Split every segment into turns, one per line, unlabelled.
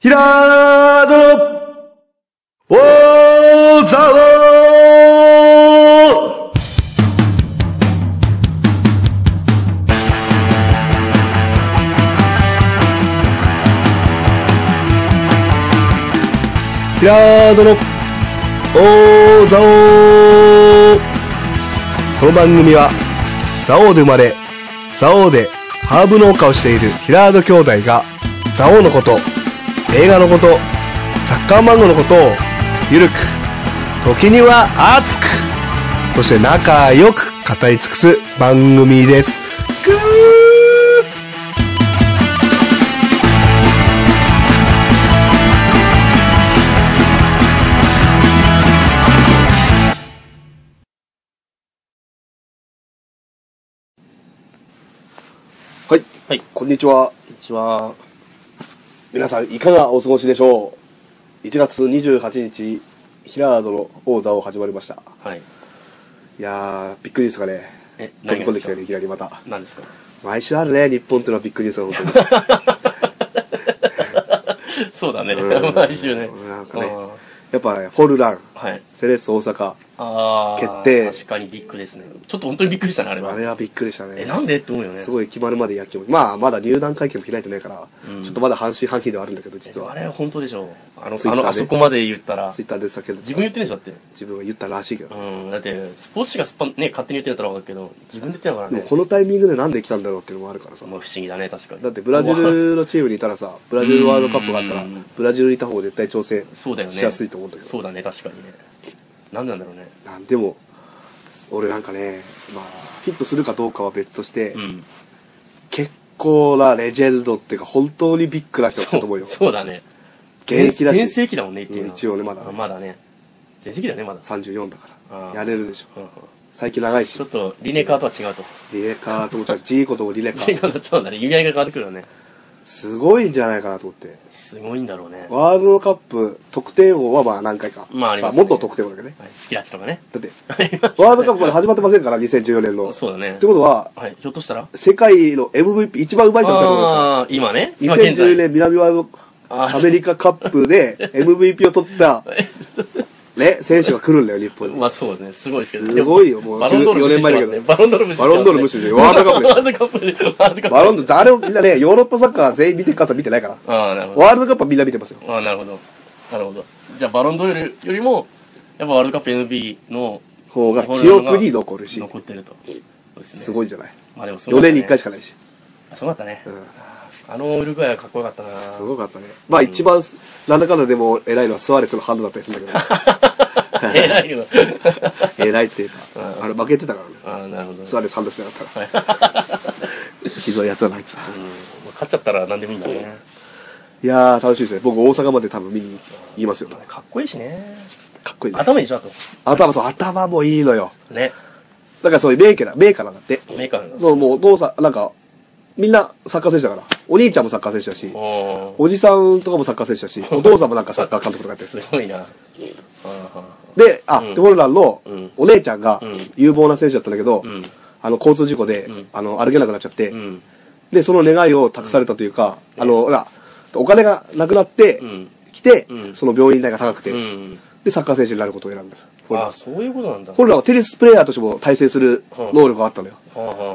ひらーどろおーざおーひらーどろおーざおーこの番組は、蔵王で生まれ、蔵王でハーブ農家をしているヒラード兄弟が、蔵王のこと、映画のこと、サッカー漫画のことを、ゆるく、時には熱く、そして仲良く語り尽くす番組です。ぐーはい、
はい、こ
こんにちは。
んにちは。
皆さんいかがお過ごしでしょう1月28日ヒラードの王座を始まりました
はい。
いやーびっくりですかね
え
飛び込んできたよ
何がですか
ねいきなりまた
何ですか
毎週あるね日本ってのはびっくりですよ本当に
そうだね。
うん
毎週ね。
なんかね
あー
やっぱねフォルラン
はい。
セレッソ大阪
ああ。
決定
確かにびっくりですね。ちょっと本当にびっくりしたね、あれは。
あれはびっくりした
え、
ね
なんでって思うよね。
すごい決まるまで野球もまあまだ入団会見も開いてないから、
うん
ちょっとまだ半信半疑ではあるんだけど
え
実
あ
は
れは本当でしょう。あの、
Twitter
あ
で
の、あそこまで言ったら
ツ、イッターで叫んで
自分言ってるでしょ、だって。
自分が言ったらしいけど、
うん。だって、スポーツ紙がスパン、ね、勝手に言ってたらわかるけど、自分で言ってたから
でも
ね。
このタイミングでなんで来たんだろうっていうのもあるからさ
まあ不思議だね、確かに。
だってブラジ
うわ。
ルのチームにいたらさブラジルワールドカップがあったら
うん
ブラジルにいた方が絶対調整
そうだよね。
しやすいと思うんだけど
そうだね、確かにね。なんでなんだろうね。
なんでも俺なんかねまあヒットするかどうかは別として、
うん。
結構なレジェンドっていうか本当にビッグな人だったと思うよ
そうだね。
現役だし
全盛期だもんね、言っていう
う
の
ん
は
一応ねまだ
あまだね。全盛期だね、まだ。
34だから
あー
やれるでしょ
うんうん
最近長いし
ちょっと、リネカーとは違うと。
リレカーと思ったらジーコともリレカ
違
ー
う、そうだね。意味合いが変わってくるよね。
すごいんじゃないかなと思って
すごいんだろうね。
ワールドカップ得点王はまあ何回か、
まあありますね
元得点王だけどね
はいスキラッチとかね。
だってワールドカップまで始まってません から2014年の
そうだね
ってことは
はい、ひょっとしたら
世界の MVP 一番うまい人だったと思いま
あー、今ね。
すよ
今現在
2010。年南ワールド
あー
アメリカカップで MVP を取った、 ね、選手が来るんだよ、日本に。
まあそうですね。すごいですけど。
すごいよもう
バロンドール
14年前だけど
無視してますねバロンドール無視してます
バ
ね
ロンドール無視してワールドカップで
ワールドカップで。ワールドカッ
バロンド、誰もみんなね、ヨーロッパサッカー全員見てるかは見てないから。
プ。ああ、なるほど。
ワールドカップはみんな見てますよ。
ああ、なるほど。なるほど。じゃあ、バロンドールよりも、やっぱワールドカップ NB の
方が記憶に残るし、
残ってると。そうですね。
すごいじゃない。
まあでもすご
4
かった
年
ね
に1回しかないし。
あそうだったね、
うん
あのウルグアイはかっこよかったな
すごかったね。まあ一番、なんだかんだでも偉いのはスアレスのハンドだったりするんだ
えら いよ
けど、偉いっていうか、あれ負けてたからね。
ああなるほど、ね
スアレスハンドしなかったら。 ひどいやつだな、あいつ。
うん、勝っちゃったら何でもいいんだね
いやー、楽しいですね。僕大阪まで多分見に行きますよ。か
かっこいいしね
っこいいね。
頭いいでしょあと
頭、そう、頭もいいのよ。
ね
だからそういう名家だ、名家なんだって。
メーカーなんだ
そう、もうお父さん、なんか、みんなサッカー選手だから。お兄ちゃんもサッカー選手だし、
おー
おじさんとかもサッカー選手だし、お父さんもなんかサッカー監督とかやって
す
る。
ごいなああ
で、あ、
ん
で、俺らの
うん
お姉ちゃんが
うん
有望な選手だったんだけど、
ん
あの、交通事故で、
ん
あの、歩けなくなっちゃって、
うん
で、その願いを託されたというか、あの、ほら、お金がなくなって
うん
きて、
うん
その病院代が高くて、
うん
で、サッカー選手になることを選んだ。俺
あ
ら
あそういうことなんだ
ホルラはテニスプレイヤーとしても対戦する能力があったのよ。
はあはあはあは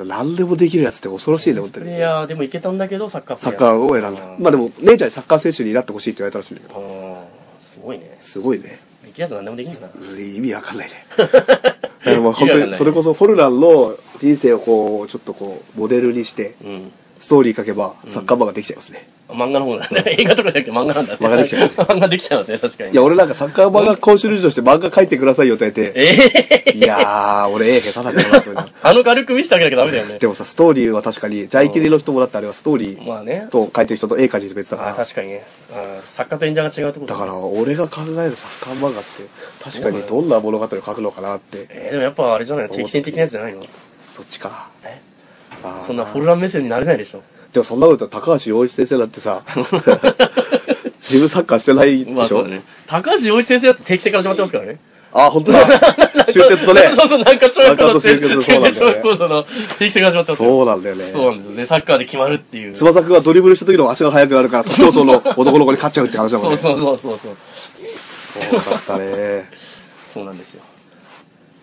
あ
何でもできるやつって恐ろしいね、本当
プ
に
レイ。ヤーでもいけたんだけどサッカー
サッカーを選んだ。まあでも、姉ちゃんにサッカー選手になってほしいって言われたらしいんだけど。
ああすごいね
すごいね。
できるやつ何でもできるんだな
うん意味わかんない ね。だからもう本
意味
当
わか
に、
んない
それこそフォルランの人生をこう、ちょっとこう、モデルにして、
うん
ストーリー書けば、サッカーバーができちゃいますね。
漫画の方なんだね 映画とかじゃなくて漫画なんだね
漫画できちゃいます
漫画できちゃいますね確かに
いや、俺なんかサッカーバーがコンシュルジュとして漫画書いてくださいよって言われ
ええ
て、いやー、俺絵下手だからなと思いなが ら
あの軽く見せてあげなきゃダメだよね
でもさ、ストーリーは確かに、ジャイキリの人もだってあれはストーリー
まあね
と書いてる人と絵描いてる人別だか
あ
ら。
確かにねあ作家と演者が違うってこと
だから俺が考えるサッカー漫画って確かにどんな物語を書くのかなって
えーでもやっぱあれじゃないの定期戦的なやつじゃないの
そっちか
え
あー
そんなフォルラン目線になれないで しょ
でもそんなこと言ったら高橋陽一先生だって さ自分サッカーしてないでしょ、
まあそうだね高橋陽一先生だって定期戦から始まってますからね
あ、本
。
当だ。終鉄とね
そうそう、なんか小学校
中途
の
終
中
結
小
そうなんだよね
学校の定期戦が始まったんですよ。
そうなんだよね。
そうなんですよね。サッカーで決まるっていう。
つばさくがドリブルした時の足が速くなるから、年を取る の男の子に勝っちゃうって話だもん
そう
ね。
そうそうそうそう。
そうだったね。
そうなんですよ。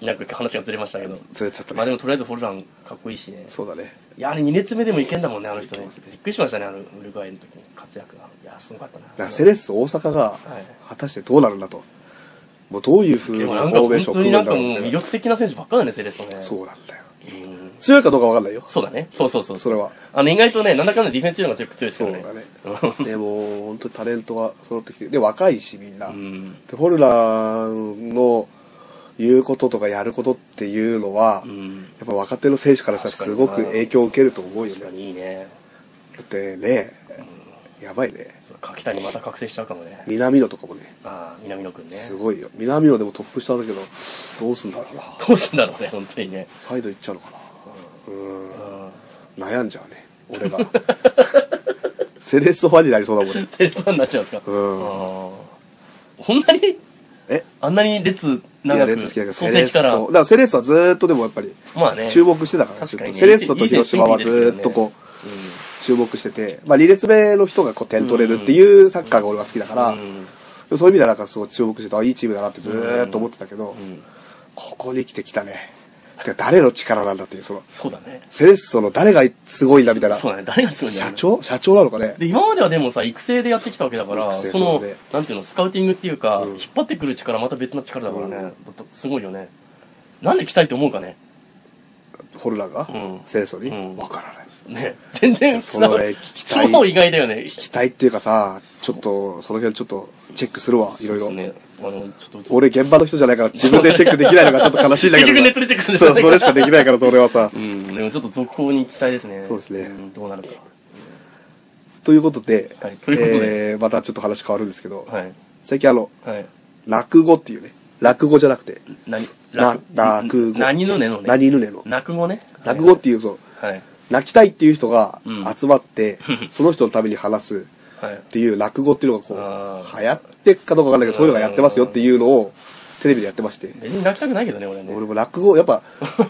なんか話がずれましたけど。
ずれちゃった
まあ
ね。
でもとりあえずフォルランかっこいいしね。
そうだね。
いや、あれ2列目でもいけんだもんね、あの人ね。びっくりしましたね、あのウルグアイの時に活躍が。いや、すごかったな。
だからセレッソ大阪が
い、
果たしてどうなるんだと。もうどういう風
で
な
も
フ
な
ォ
んか
ーメー
本
ションを
当
組
に
む
なんん
だ
か
ろ
もう
うみた
魅
いな。
力的な選手ばっかだね、セレッソね。
そうなんだよ。
うん
強いかどうかわかんないよ。
そうだね。そうそうそう。
それは。
あの、意外とね、なんだかんだディフェンス力が強く強いです
そ
よ
う
ね。
だね。 でも、本当にタレントが揃ってきて、で、若いし、みんな。
うん。
でホルランの言うこととかやることっていうのは、
うん。
やっぱ若手の選手からしたらすごく影響を受けると思うよ
確
ね
かにいいね。
だってね、やばいね
そう柿谷また覚醒しちゃうかもね。
南野とかもね
ああ、南野くんね。
すごいよ南野でもトップ下だけどどうすんだろうな
どうすんだろうね、本当にね。
サイド行っちゃうのかなうん
うん。
悩んじゃうね俺 がセレッソファンになりそうだもんね
手伝になっちゃうんですか。
うん
ああこんなに
え
あんなに列
い
長
やレッ
く
ズ好きだけど
当
セレ
選
ッ
来たら
ソだからセレッソはずーっとでもやっぱり
まあね
注目してたから,、
確かにね
セレッソと広島はずーっとこう
いい選
注目してて、まあ、2列目の人がこう点取れるっていうサッカーが俺は好きだから、
手ですよ
そう
ね
いう意味ではなんかすごい注目してたあいいチームだなってずーっと思ってたけど、
うんうん
ここに来てきたねてか誰の力なんだっていうその
そうだね
セレッソの誰がすごいんだみたいな
そうだね誰がすごいんだろう
社
ね
長社長なのかね
で今まではでもさ育成でやってきたわけだから
育成
その
そうだね
なんていうのスカウティングっていうか
うん
引っ張ってくる力また別の力だから
う
ねだとすごいよねなんで来たいと思うかね
ホルラーが、
うん
セレッソに、
うん
わからないです
ね全然
そのね聞きたい
超意外だよね
期待っていうかさちょっとその辺ちょっとチェックするわいろい
そう
ろ、
ですねあのちょっと
俺現場の人じゃないから自分でチェックできないのがちょっと悲しいんだけ
結
ど
局ネットでチェックするんだ
そうそれしかできないから俺はさ
うんでもちょっと続報に期待ですね
そうですね
んどうなるか
ということで、
はいということで
えーまたちょっと話変わるんですけど、
はい
最近あの
はい
落語っていうね落語じゃなくて
何
な落語
何のねのね
何犬ねの
落語ね
落語っていうそう
はい
泣きたいっていう人が
うん
集まって、 その人のために話す
はい
っていう落語っていうのがこ
あ
う
ー
流行ってっかどうかわかんないけどそういうのがやってますよっていうのをテレビでやってまして
別に泣きたくないけどね俺ね
俺も落語やっ ぱ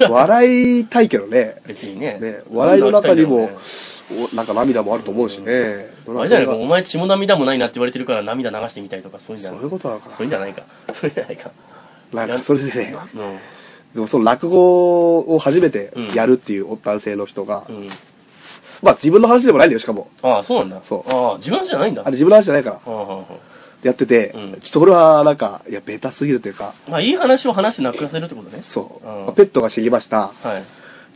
笑いたいけどね
別にね
ね笑いの中にも
泣きたいけどね
おなんか涙もあると思うしね
あれじゃないか
それが
お前血も涙もないなって言われてるから涙流してみたいとかそういうんじゃ
そう
ない
いうことなのか
そういうんじゃないかそういうんじゃないか
ななんかそれでね
うん
でもその落語を初めてやるっていう男性の人が、
うん
まあ自分の話でもないんだよしかも
ああそうなんだ
そう
ああ自分の話じゃないんだ
あれ自分の話じゃないから
あああああ
やってて、
うん
ちょっと俺はなんかいやベタすぎるというか
あまあいい話を話して泣かせるってことね
そう、
うん
まあペットが死にました、
はい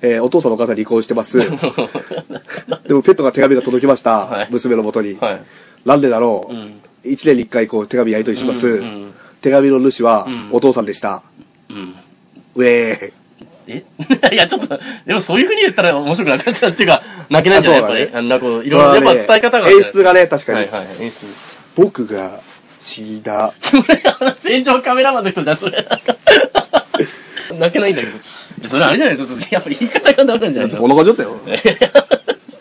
えーお父さんのお母さん離婚して ますでもペットが手紙が届きました、
はい
娘のもとに、
はい
なんでだろう、
うん
一年に一回こう手紙やり取りします、
うんうん
手紙の主は
ん
お父さんでした、
うん
ウェーイ
え いや、ちょっと、でもそういうふうに言ったら面白くなくなっちゃうっていうか、泣けないんじゃな
あ
いや
そう
っ
だ
ぱ
ね
り。あんなこう、いろいろ、やっ
まあ
ぱ
ね
伝え方が。
演出がね確かに、
はいはい、演出。
僕が死んだ
それ、あの、戦場カメラマンの人じゃん、それ。泣けないんだけど。それあれじゃないちょっと、やっぱ言い方がダメなんじゃない
こんな感じだったよ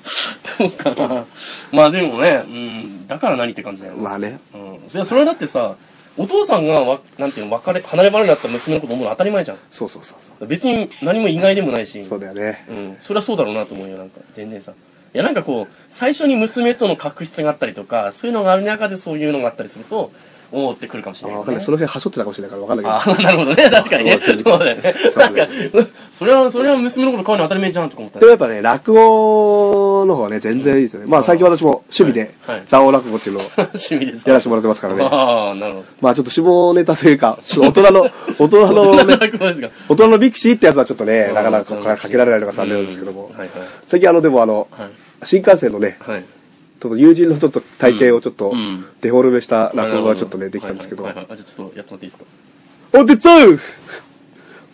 そうかな。まあでもね、うん、だから何って感じだよね。
まあね
うん。それそれだってさ、お父さんがわ、なんていうの、別れ、離れ離れになった娘のこと思うの当たり前じゃん。
そうそうそうそ
別に何も意外でもないし。
うそうだよね
うん、それはそうだろうなと思うよ、なんか、全然さ。いや、なんかこう、最初に娘との確執があったりとか、そういうのがある中でそういうのがあったりすると、おおってくるかもし
あ
れな
わ
いよ
かん
ね、
ないその辺はしょってたかもしれないからわかんないけど
ああ、なるほどね。確かにね。
そ
そうう
そう
だよね。
そう
なんか、うんそれは、それは娘のこと買うの当たり前じゃんとか思った
で
ね。
もやっぱね、落語の方はね、全然いいですよね。まあ最近私も趣味で
はいはい、
座王落語っていうのを
楽しみです。
やらせてもらってますからね。
ああ、なるほど。
まあちょっと下ネタというか、ちょっと大人の、大人のね、
楽ですが。
大人のビクシーってやつはちょっとね、なかなか
う
こ
ん
うかかけられないのが残念なんですけども
うん。はいはい。
最近あの、でもあの
はい、
新幹線のね、
はい。
ちょっと友人のちょっと体型をちょっと
うん
デフォルメした落語がちょっとね、できたんですけど
はい。はいはいはいあ、じゃあちょっとやってもらっていいですか。
おてつ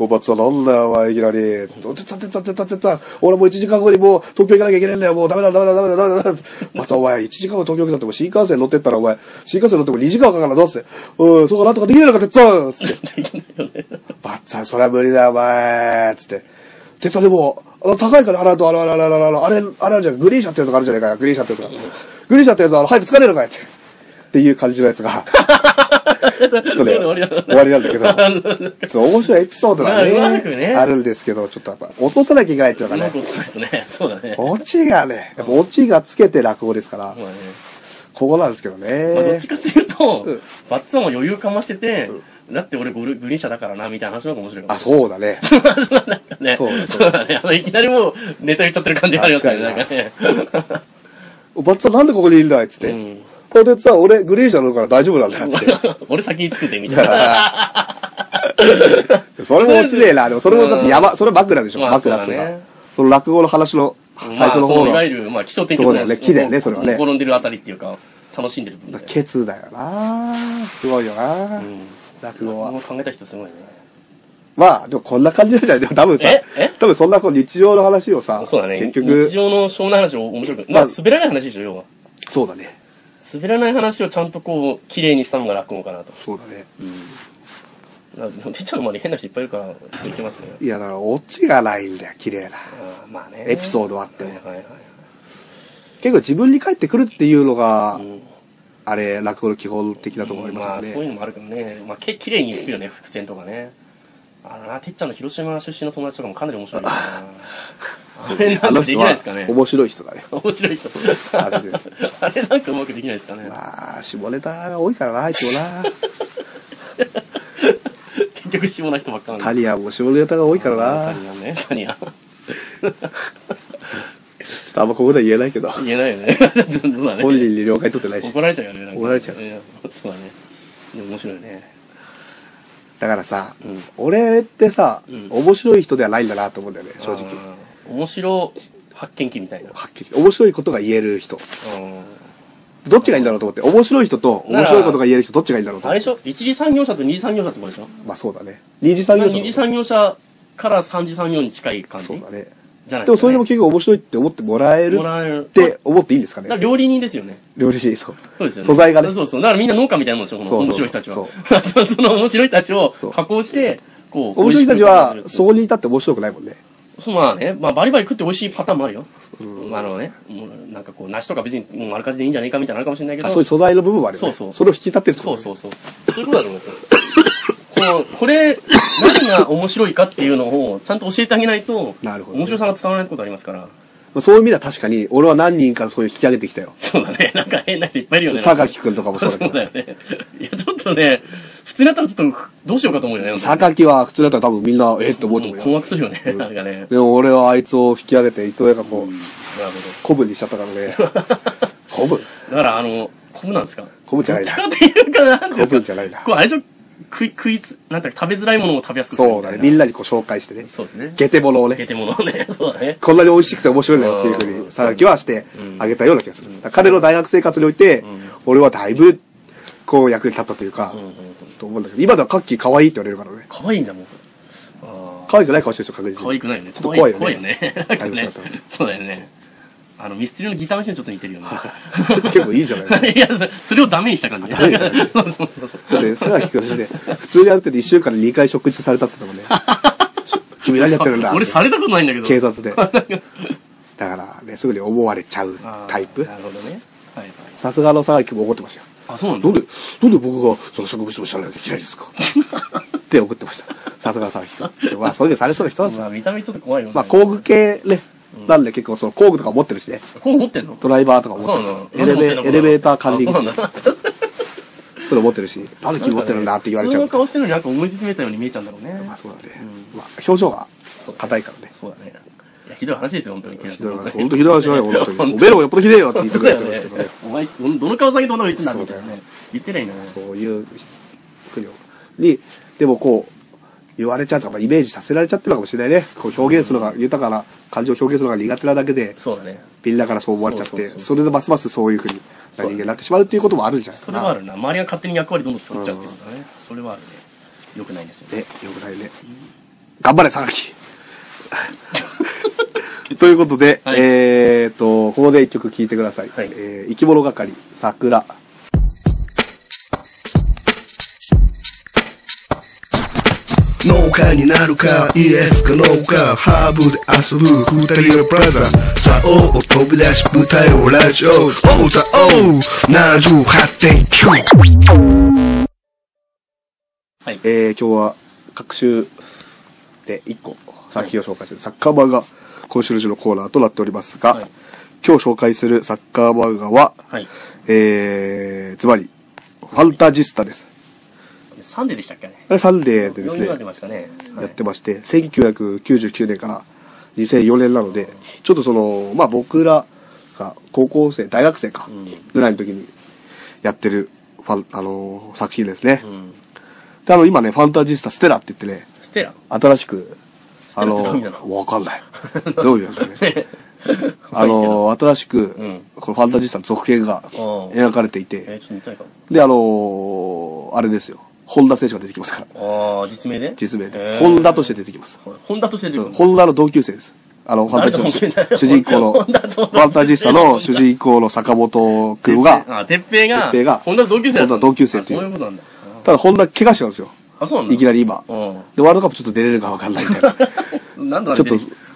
おばつはなんだよ、お前、いきなり。おてつてつてつてつ俺もう1時間後にもう東京行かなきゃいけないんだよ。もうダメだ、ダメだ、ダメだ、ダメだ。ダメだおばつはお前、1時間後東京行くだってもう新幹線乗ってったらお前、新幹線乗っても2時間かかるからどうっつって。うん、そうかなんとかできないのか、てつつって。
できないよね。
ばっつぁん、それは無理だよ、お前。つって。てつはでも、あの、高いから払うと、あの、あの、あの、あの、あのあれ、あれあるじゃん、グリーン車ってやつがあるじゃねえかよ、グリーン車ってやつが。グリーン車ってやつは、あの、早く疲れるのかよって。っていう感じのやつが、
ちょっ
ちょっとね、
終わりだ
終わりなんだ けど、そう、面白いエピソードが
まあうまくね
ね、あるんですけど、ちょっとやっぱ、落とさなきゃいけないっていう
う
のがね
まく、落とさないとね。そうだね。そ
オチがね、やっぱオチがつけて落語ですから
う、だね。
ここなんですけど
まあ、どっ
ね
ち。かっていうと
うん、
バッツさんも余裕かましてて、だって俺グルグリーン車だからな、みたいな話の方が面白いか
あ、
もし
そうだね。
れ ない。そうなんかね。
そうだ
そうだね。あの、いきなりもうネタ言っちゃってる感じがありますよね。なんか
確
ね。
おばっさんなんでここにいるんだいっつっ
う
て。
ん。
これでさ、俺、グリーン車乗るから大丈夫なんだっつって。
俺先につくぜ、みたいな。
それも落ちねえな。でもそれもだって山、それ枕でしょ。
まあ
枕っていう
そうだ
か
ね。
その落語の話の最初の方
まあそういわゆ
の。
る、まあ、気象天気
ところだよね木だよねそれはね
転んでるあたりっていうか、楽しんでる部分だよね
ケツだよなすごいよな
うん。
落語
もう
は。
考えた人すごいね。
まあ、でもこんな感じなんじゃないでも多分さ
ええ、
多分そんなこう日常の話をさ、
そうだね。
結局
日、常の湘南話を面白く。まあ、
まあ
滑らない話でしょ、要は。
そうだね。
滑らない話をちゃんとこう、綺麗にしたのが落語かなと。
そうだね。
なでもてっちゃんの周り変な人いっぱいいるから、できますね。
いや、だからオチがないんだよ、綺麗な。
あーまあね。
エピソー
ド
ドあっても
はい。はいはい。
結構自分に返ってくるっていうのが
う、ん
あれ、落語の基本的なところあり
ま
ま
あ
す
そ
よ
ういう
ね。
のもあるけどね、まあ、け綺麗にいくよね伏線とかねあらなてっちゃんの広島出身の友達とかもかなり面白いからなあれなんかできないですかね
面白い人だね。
面白い人
あれで
あれなんかうまくできないですかね
まあ、下ネタが多いから な、あいつもな。
結局下な人ばっかなんで
タニアも下ネタが多いからな。
谷
ちょ
やね谷や
っとあんまここでは言えないけど、
言えないよねまあね
本人に了解取ってないし。
怒られちゃうよねなんか
怒られちゃう
いやそうだねでも面白いね
だからさ
うん、
俺ってさ
うん、
面白い人ではないんだなと思うんだよね、正直。
あー面白発見機みたいな
はっきり面白いことが言える人。
うん
どっちがいいんだろうと思って、面白い人と面白いことが言える人どっちがいいんだろうと
あ
思
れ
っ
で
て。
しょ一次産業者と二次産業者ってことでしょ
まあそうだね。二次産業者
二次
と
産業者から三次産業に近い感じ
そうだね。
じゃない
でもそれでも
結
結局面白いって思ってもらえ
構
る
もらえる。
って思っていいんですか
だから
ね
料理人ですよね。
料理人、そう。
そうですよね。
素材がね
そうそう。だからみんな農家みたいなもんでしょ、この
そう
面
そう
白い人たちは。 その面白い人たちを
そう
加工して、こう。
面白い人たちは
美味しく、
そこにいたって面白くないもんね。
そうまあね、まあバリバリ食って美味しいパターンもあるよ。あのね、もうなんかこう、梨とか別にもうあらかじでいいんじゃないかみたいなのあるかもしれないけど。
あそういう素材の部分はあるよね。
そうそう
れを引き立てるってこ
そ
と
うそうそうそう。そういうことだと思うんですよ。この、これ、何が面白いかっていうのを、ちゃんと教えてあげないと、
なるほどね
面白さが伝わらないってことありますから。
そういう意味では確かに、俺は何人かそういう引き上げてきたよ。
そうだね。なんか変な人いっぱいいるよね。
榊くんとかもそうだ
そ
け
うだ
ど。
よね。いや、ちょっとね、普通になったらちょっと、どうしようかと思うよね。本当に
榊は普通だったら多分みんな、えっと思うと
も
思う
う困
よ。
惑するよね。なんかね。
でも俺はあいつを引き上げて、いつの間にかこう、
なるほ
古文にしちゃったから ね。古文
ど。だから、あの、コブなんですか
古文じゃないな。
力っていうかなんです
コ
か
ブじゃないな
こう、あれでしょ食い、食いつ、なんていうか食べづらいものを食べやすくする
そう
みた
だね。
いな。
みんなにこう紹介してね。
そうですね。
ゲテモノを
ゲ
ね、
テモノをね。そうだね。
こんなに美味しくて面白いのよっていうふう
うん
に、榊はしてあげたような気がする。だから彼の大学生活において、俺はだいぶ、こう役に立ったというか、と思うんだけど、今ではカッキー可愛いって言われるからね。
可愛いんだもん。ああ。
可愛くない顔してるでしょ、確実に。
可愛くないよね。
ちょっと怖いよね
怖いよね。なんか
あれ
ね
もそうだった。
そうだよね。あの、ミステリのギターの人にちょっと似てるよね。
結構いいじゃないですか。
いや、そそれをダメにした感じ。
ダメにしたね
そうそうそうそう。
だって、榊君ね、普通に歩いてて1週間で2回食事されたっつってもんね。 し君何やってるんだ
俺
って
されたことないんだけど。
警察 で。だからね、すぐに思われちゃう
あー
タイプ
な。るほどね。はいはい。
さすがの榊君も怒ってましたよ。
あ、そうなんだ
なん。で、なんで僕がその植物を知らないといけないんですか って送ってました。さすが佐々木君。まあ、それでされそうな人なんです
ま
よ。
あ、見た目ちょっと怖いよね。
まあ、工具系ね。なんで結構その工具とか持ってるしね。
こう持ってんの
ドライバーとか持
そうな
っ
の
てる。エレベエレベーター管理
あ
技
そうなんだ
師。それ持ってるし、なんで君持ってるんだって言われちゃ
普通
う
の。顔してるのになんか思い詰めたように見えちゃうんだろうね
まあ、。そうだね。まあ、表情が硬いからね。
そうだね。いやひどい話ですよ、本当に。
ひどい話本当ひどい話だよ、 本当に。おベロがよっぽどひどいよって言ってくれてますけどね。
お前、どのどの顔下げてどんなこと言ってんだみたいな
そうだ
ね。言ってないんだね。
そういう国をにでもこう言われちゃうとか、まあ、イメージさせられちゃってるのかもしれないねこう表現するのが豊かな感情を表現するのが苦手なだけで
そうだね。
みんなからそう思われちゃってそ
そうそうそう
れでますますそういうふうにな人間になってしまうっていうこともあるんじゃないか
それはあ
な
るな。周りが勝手に役割どんどん作っちゃうってことだね。それはあるね。よくないですよね。
ねよくないね頑張れ 榊ということで、
はい
えー、とここで一曲聴いてください、
はい
えー生き物係桜
生農家になるかイエスかノーかハーブで遊ぶ二人のブラザーザオを飛び出し舞台をラジオオーザオー78.9
はい。
えー、今日は各週で1個作品を紹介するサッカー漫画今週のコーナーとなっておりますが、
はい
今日紹介するサッカー漫画は、
はい。
えー、つまり、ファンタジスタです。
サンデーでしたっけね。
あれサンデーでです
余裕
ね
が、出ましたね。はい
やってまして、1999年から2004年なので、ちょっとその、まあ僕らが高校生、大学生か
ん、
ぐらいの時にやってる、ファン、あのー作品ですね
う。ん。
で、あの、今ね、ファンタジスタステラって言ってね、
ステラ。
新しく、
テ
あ
ラって
の
どういう意味なの
わかんない。どういうやつね。 あ
はい
のー新しく、
うん
このファンタジスタの続編が
ー
描かれていて、
えー、ちょっと見たいかも。
で、あのーあれですよ。本田選手が出てきますから。
ああ、実名で
実名で。
えー
本田として出てきます。
本田として出てくるの
本田の同級生です。あの、ファンタジスタの主人公の、
本
フ
田と同級生
ァンタジスタの主人公の坂本くんが、
あ、鉄平が、
鉄平が
本田の同級生だっ
本
た
田の同級生っていう
あそういうことなんだ。
ただ本田怪我しちゃうんですよ。
あ、そうなんだ。
いきなり今。
う
で、ワールドカップちょっと出れるかわかんないみ たいな。
ん。なんだ
ちょっと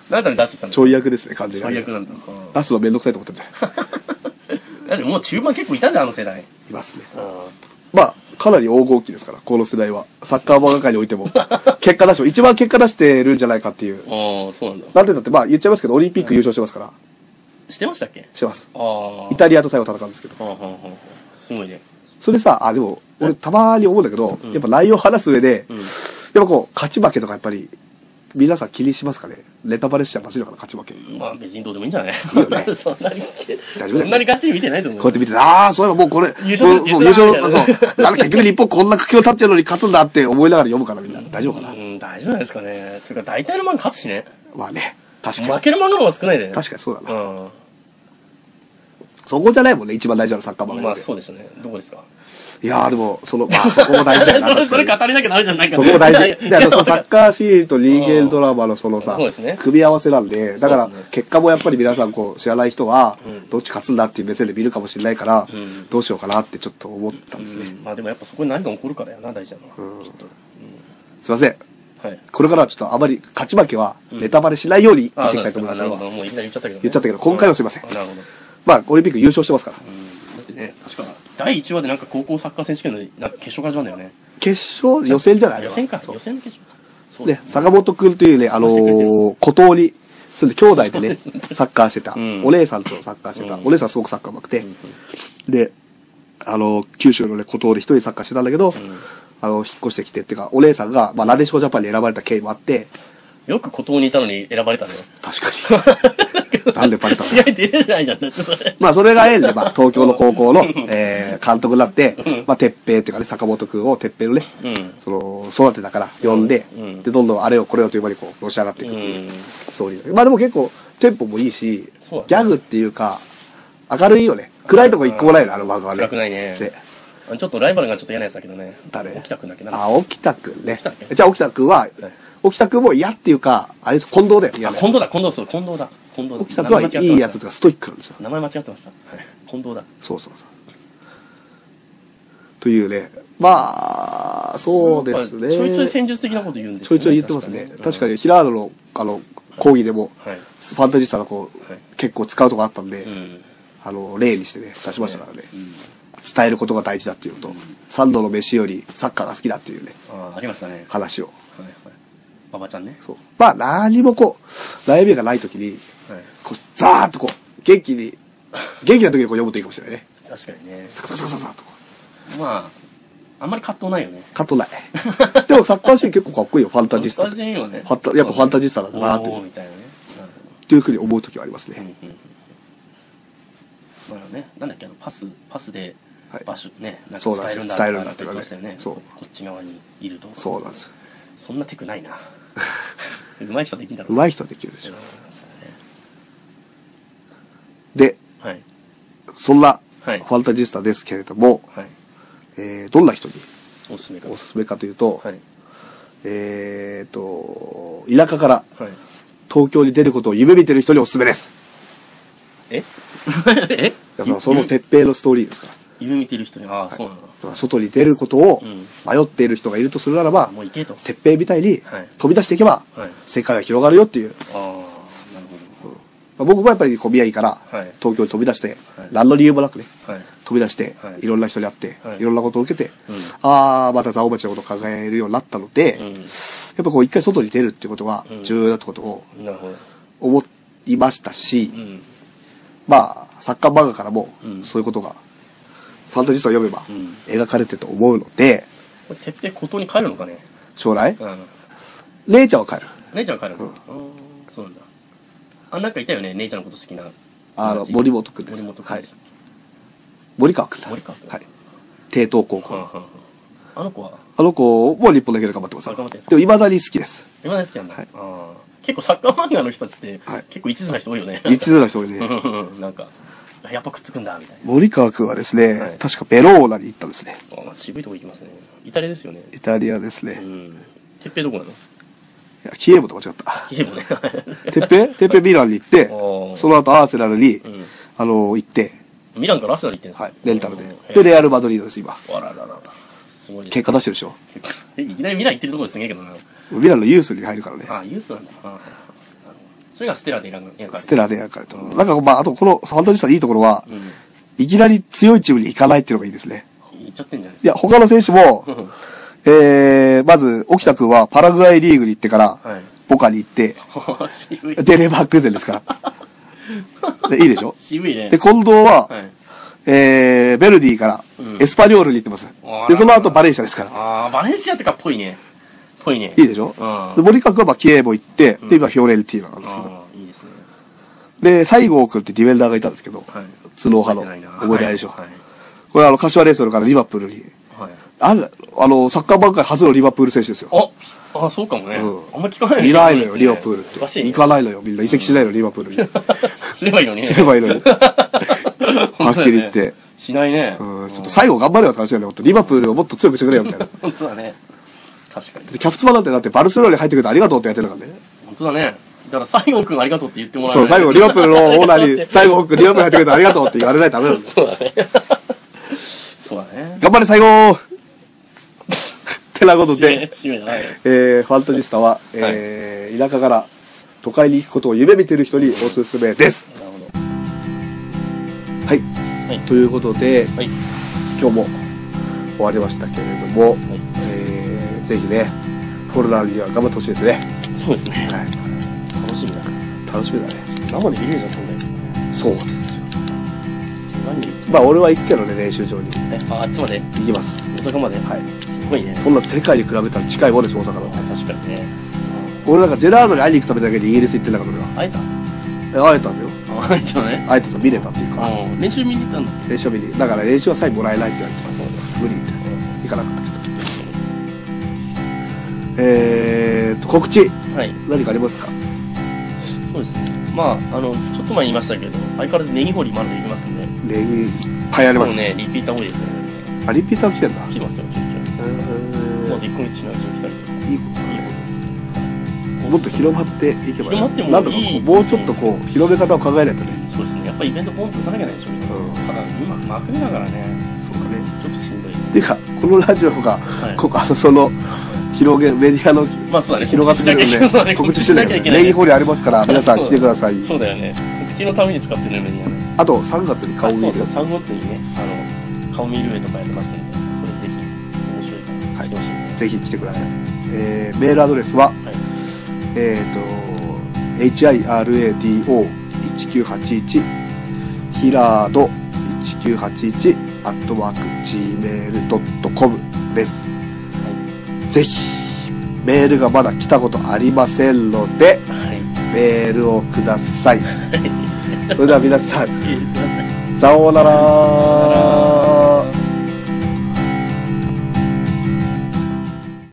なんだ出してきたんだ
ちょい役ですね、感じが。
最悪
出
なんだ。
すのめんどくさいと思ったんじゃない
うんだってもう中盤結構いたんだよ、あの世代。
いますね。
うん。
まあ、かなり黄金期ですから、この世代は。サッカー漫画界において も、結果出しても、一番結果出してるんじゃないかっていう。
ああ、そうなんだ。
なんでだって、まあ言っちゃいますけど、オリンピック優勝してますから、
してましたっけ
してます。
ああ。
イタリアと最後戦うんですけど。
はあはあはあすごいね。
それさ、あ、でも、俺たまに思うんだけど、やっぱ内容を話す上で、
うん
やっぱこう、勝ち負けとかやっぱり、皆さん気にしますかねネタバレしちゃまずいのかな、勝ち負け。こ
まあ別にどうでもいいんじゃない
よね
そんなに、
大丈夫だよね
そんなにガチに見てないと思う
うやって見て、ああ、そういえばもうこれ、
優勝
もうもう優
実は
勝、そう。なんか結局日本こんな苦境立ってるのに勝つんだって思いながら読むからみんな。大丈夫かな
うん、大丈夫なんですかね。というか大体の漫画勝つしね。
まあね、確か
負
に。
ける漫画の方が少ないでね。
確かにそうだな。
うん。
そこじゃないもんね、一番大事なのサッカー漫画
まあ
で
そうですね。どこですか
いやーでも、その、 まあそこも大事だよな。
それ
確
そ
か
れ
に
語りなきゃダメじゃないか
そこも大
い
事。で、
や
あの、そのサッカーシーンと人間ドラマのその
う
さ
んそうですね、
組み合わせなんで、だから
そうですね、
結果もやっぱり皆さんこう、知らない人は
うん、
どっち勝つんだっていう目線で見るかもしれないから
ん、
どうしようかなってちょっと思ったんですね。
うんまあでもやっぱそこに何が起こるかだよな、大事なのは。きっと。
すいません。
はい。
これからはちょっとあまり勝ち負けはネタバレしないように言っていきたいと思いま
あ
す。
なるほど。
俺は
もういきなり言っちゃったけどね。
言っちゃったけど今回はすいません
あなるほど。
まあ、オリンピック優勝してますから。
うんだってね、確か、第1話でなんか高校サッカー選手権のなんか決勝から始まるんだよね。
決勝、予選じゃないあれ
予
は
選か。
そう
予選の決勝。そう
ね、坂本くんというね、あのー孤島に住んで、兄弟でね、サッカーしてた、
うん
お姉さんとサッカーしてた、
うん
お姉さんすごくサッカー上手くて、で、あのー九州のね、孤島で一人サッカーしてたんだけど、あの、引っ越してきて、っていうか、お姉さんが、まあ、なでしこジャパンに選ばれた経緯もあって、
よく孤島にいたのに選ばれたね。
確かに。 なんでバレたの
試合出れないじゃん、だってそれ。
まあ、それが縁で、まあ、東京の高校の、えー監督になって、まあ、鉄平っていうかね、坂本くんを鉄平のね、
うん
その、育てたから、呼んで、
うん
で、どんどんあれをこれをという間にこう、のし上がっていくっていう。ストーリーだけどまあでも結構テンポもいいし、ギ
そうだ
ャ
ね
グっていうか、明るいよね。暗いとこ一個もないよね、あの漫画はね。
暗くないね
で
あちょっとライバルがちょっと嫌なやつだけどね。
誰
起きたくんだっけな。
あ、沖田くんね
沖田く。ん
じゃあ沖田くんは、沖田くんも嫌っていうか、あれです、近藤だよ。嫌
あ
なやつ
近藤だ、近藤、そう、近藤だ。近藤だ。
沖田くんはいいやつとかストイックなんですよ。
名前間違ってました。はい近藤だ。
そうそうそう。というね。まあ、そうですね。
ちょいちょい戦術的なこと言うんです
ちょいちょい言ってますね。確か。に、ヒラードの、あの、講義でも、
はい
ファンタジスタがこう、
はい
結構使うとこあったんで、
うん。
あの、例にしてね、出しましたからね。
うん
伝えることが大事だっていうのと、三度の飯よりサッカーが好きだっていうね、
ああ、ありましたね。
話を。
はいはい。馬場ちゃんね。
そう。まあ、何もこう、悩みがない時に、
はい。
こう、ザーッとこう、元気に、元気な時にこう読むといいかもしれないね。
確かにね。
サクサクサクサクサクとこ
まあ、あんまり葛藤ないよね。
う、カットない。 でもサッカーシーン結構かっこいいよ、ファンタジスタ
ファ
っ
ンタ
て。
ジーよね。
ファンタやっぱファンタジスタなんだなって
おーみたいなね。なる
というふうに思う時はあります
ほど
ね。
うんうん。まあね、なんだっけ、あの、パス、パスで
はい、
場所ね、なん
そ
か
うなんですよ
伝える
伝えるん
んだ
だ
とか言ってましたよね。
そう
こっち側にいると。
そうなんです。
そんなテク ないな。うまい人できんだろう。
上手い人はできるでし
うん
ょ。
そうだね
で、
はい。
そんな、フ
はい
ァンタジスタですけれども、
はい。
えーどんな人に
おすすめか。
おすすめかというと、
はい。
えっ、と、田舎から
はい。
東京に出ることを夢見てる人におすすめです。
え え
やっぱその鉄平のストーリーですから。
夢見てる人に、ああ、そうなんだ。
まあ外に出ることを
うん
迷っている人がいるとするならば、
もう行けと。
鉄平みたいに
はい
飛び出していけば、
はい
世界は広がるよっていう、
ああ、なるほ
まあ、僕もやっぱりこう宮城から
はい
東京に飛び出して、
はい
何の理由もなくね
ど。はい。
飛び出して、
はい
い、ろんな人に会って、
はい
い、ろんなことを受けて、
うん
ああまた蔵王町のことを考えるようになったので、
う
やっ
ん。
ぱこう一回外に出るってことが
うん
重要だってことを
なるほど。
思いましたし、
うん。
まあサッカー漫画からも
うん
そういうことが、ファンタジストを読めば
うん
描かれてると思うので
これ、てっぺい孤島に帰るのかね
将来、
うん。
姉ちゃんは帰る
姉ちゃんは帰るの、うん、そうなんだ。あ、なんかいたよね、姉ちゃんのこと好きな。
あの
友達
森本君です
森本君でしたっ
森川君だ
森川君
はい帝東高校、
け。うんうんうんあの子は、
あの子も日本だけで頑張ってます
あ頑張ってます
でもいまだに好き です
今大好きなんだ。
はい
あー結構サッカー漫画の人たちって、
はい
結構一途な人多いよね。
一途な人に
うん
ね
うんうん なんか、やっぱくっつくんだ、みたい
森川君はですね、
はい
確かベローナに行ったんですね
な。あー渋いとこ行きますね。イタリアですよね。
イタリアですね、
う
い
ん。てっぺいどこなの
やキエボと間違った
キエもね。
てっぺてっぺミランに行って
おー
その後アーセナルに、
ん
あの行って、
ミランからアスナル行ってんですか
はい、レンタルで
うん
でレアル・マドリードです今
あらららら。すごいです
結果出してるでしょ
えいきなりミラン行ってるところですげえけどな。
ミランのユースに入るからね
ああ、ユースなんだ。あーなるほどそれがステラでいらんか
ステラでやるからと、なんかまああとこのファンタジスタのいいところは、
うん。
いきなり強いチームに行かないっていうのがいいですね
行っちゃってんじゃない
い
で
や、他の選手も
ん、
えー、まず、沖田君はパラグアイリーグに行ってから、
はい
ボカに行って、
すか。 渋い。
デレバークーゼンです から。でいいでしょ
渋いね。
で、近藤は、
はい。
えー、ベルディから
うん
エスパニョールに行ってます
あら。
で、その後バレンシアですから。
ああ、バレンシアってかっぽいね。ぽいね。
いいでしょ
う
で、
ん。
森川君はまあキエーボ行って、
ん
で、今フィオレンティーナなんですけど。
ああ、いいですね。
で、西郷君ってディフェンダーがいたんですけど、
はい。
頭脳派の
覚えてないな。
覚えてないでしょ。
はい。
これあの、柏レイソルからリバプールに。
はい。
あんあの、サッカー番界初のリバプール選手ですよ。
あ、ああ、そうかもね。
うん
あんま聞かない
いないのよ、リバプールっ。
おかしていね。
行かないのよ、みんな。移籍しないの、リバプールに。
すればいいのにね。
すればいいのに。
は
っきり言って。
しないね。
うん、ちょっと最後頑張れよって話だよね、本当リバプールをもっと強くしてくれよ、みたいな。
本当だね。確かに。
でキャプツバなんてだってバルセロナに入ってくれてありがとうってやってるからね。
本当だね。だから、西郷くんありがとうって言ってもら
そう、最後リバプールのオーナーに、最後奥リバプールに入ってくれてありがとうって言われないとダメなんだよ。
そうだね。 そうだね。
頑張れ、最後ってなこと
締め
で、
締めじゃないよ。
えー、ファンタジスタは、えー、田舎から都会に行くことを夢見てる人におすすめです。
なるほど。
はい。
はい。
ということで、
はい。
今日も終わりましたけれども、
い
えーぜひねコロナには頑張ってほしいですね、
そうですね。
はい、
楽しみだ。
楽しみだね
生で見れるじゃん、そんなに。
そうですよ
何見る
まあ俺は行くけどね練習場に
え、あ、あっちまで
行きます
大阪まで
はい
すごいね。
そんな世界に比べたら近いもんです大阪なんて
確かにね。
俺なんかジェラードに会いに行くためだけでイギリス行ってんだから
会えた
俺はえ会えたんだよ
あ会えたね。
会えてさ見れたっていうか
うん。練習見に行ったんだっ
練習見にだから練習はさえもらえないって言われてます無理って行かなかったけどえーと告知
けはい。
何かありますか
そうですね。まあ、あの、ちょっと前に言いましたけど、相変わらずネギ掘りまだできますんで。
礼儀いっぱいあり
で
ま
も
す
ね、リピーター多いですね。
あリピーター来てんだ
来てますよ、ちょいち
え
ょい。まだ
ー
1ヶ月しないうちに来たりとか。
いいことだ
いい
ね
ことです。
もっと広まっていけばいい
広まってもいい
なんとかこうもうちょっとこう広め方を考えないとね
そうですね。やっぱイベントポンと行かなきゃいけないでしょ、今。
うん
ただ、今、真冬だからね、
そうだね
ちょっとしんど
っ
い。
ていうかこのラジオが、
い
ここあのその広げメディアの
まあそうだね。
広がってくる
告知しな
の
きゃいけない
で 告知しなきゃいけない礼儀
そ
法
う
理ありますから
だね
皆さん来てください
そうだよね。告知のために使ってるメディアね。
あと3月に
あ
顔
そう
見る
そう、3月にね、あの、顔見る上とかやってますんで、それぜひ、面白いから、来てほしいね。
ぜひ来てください、えーメールアドレスは
はい。
えっ、と hirado1981 ヒラード1981アットマーク gmail.com ですぜひ、メールがまだ来たことありませんので、
はい。
メールをください。それでは皆さん、
はい。
さようなら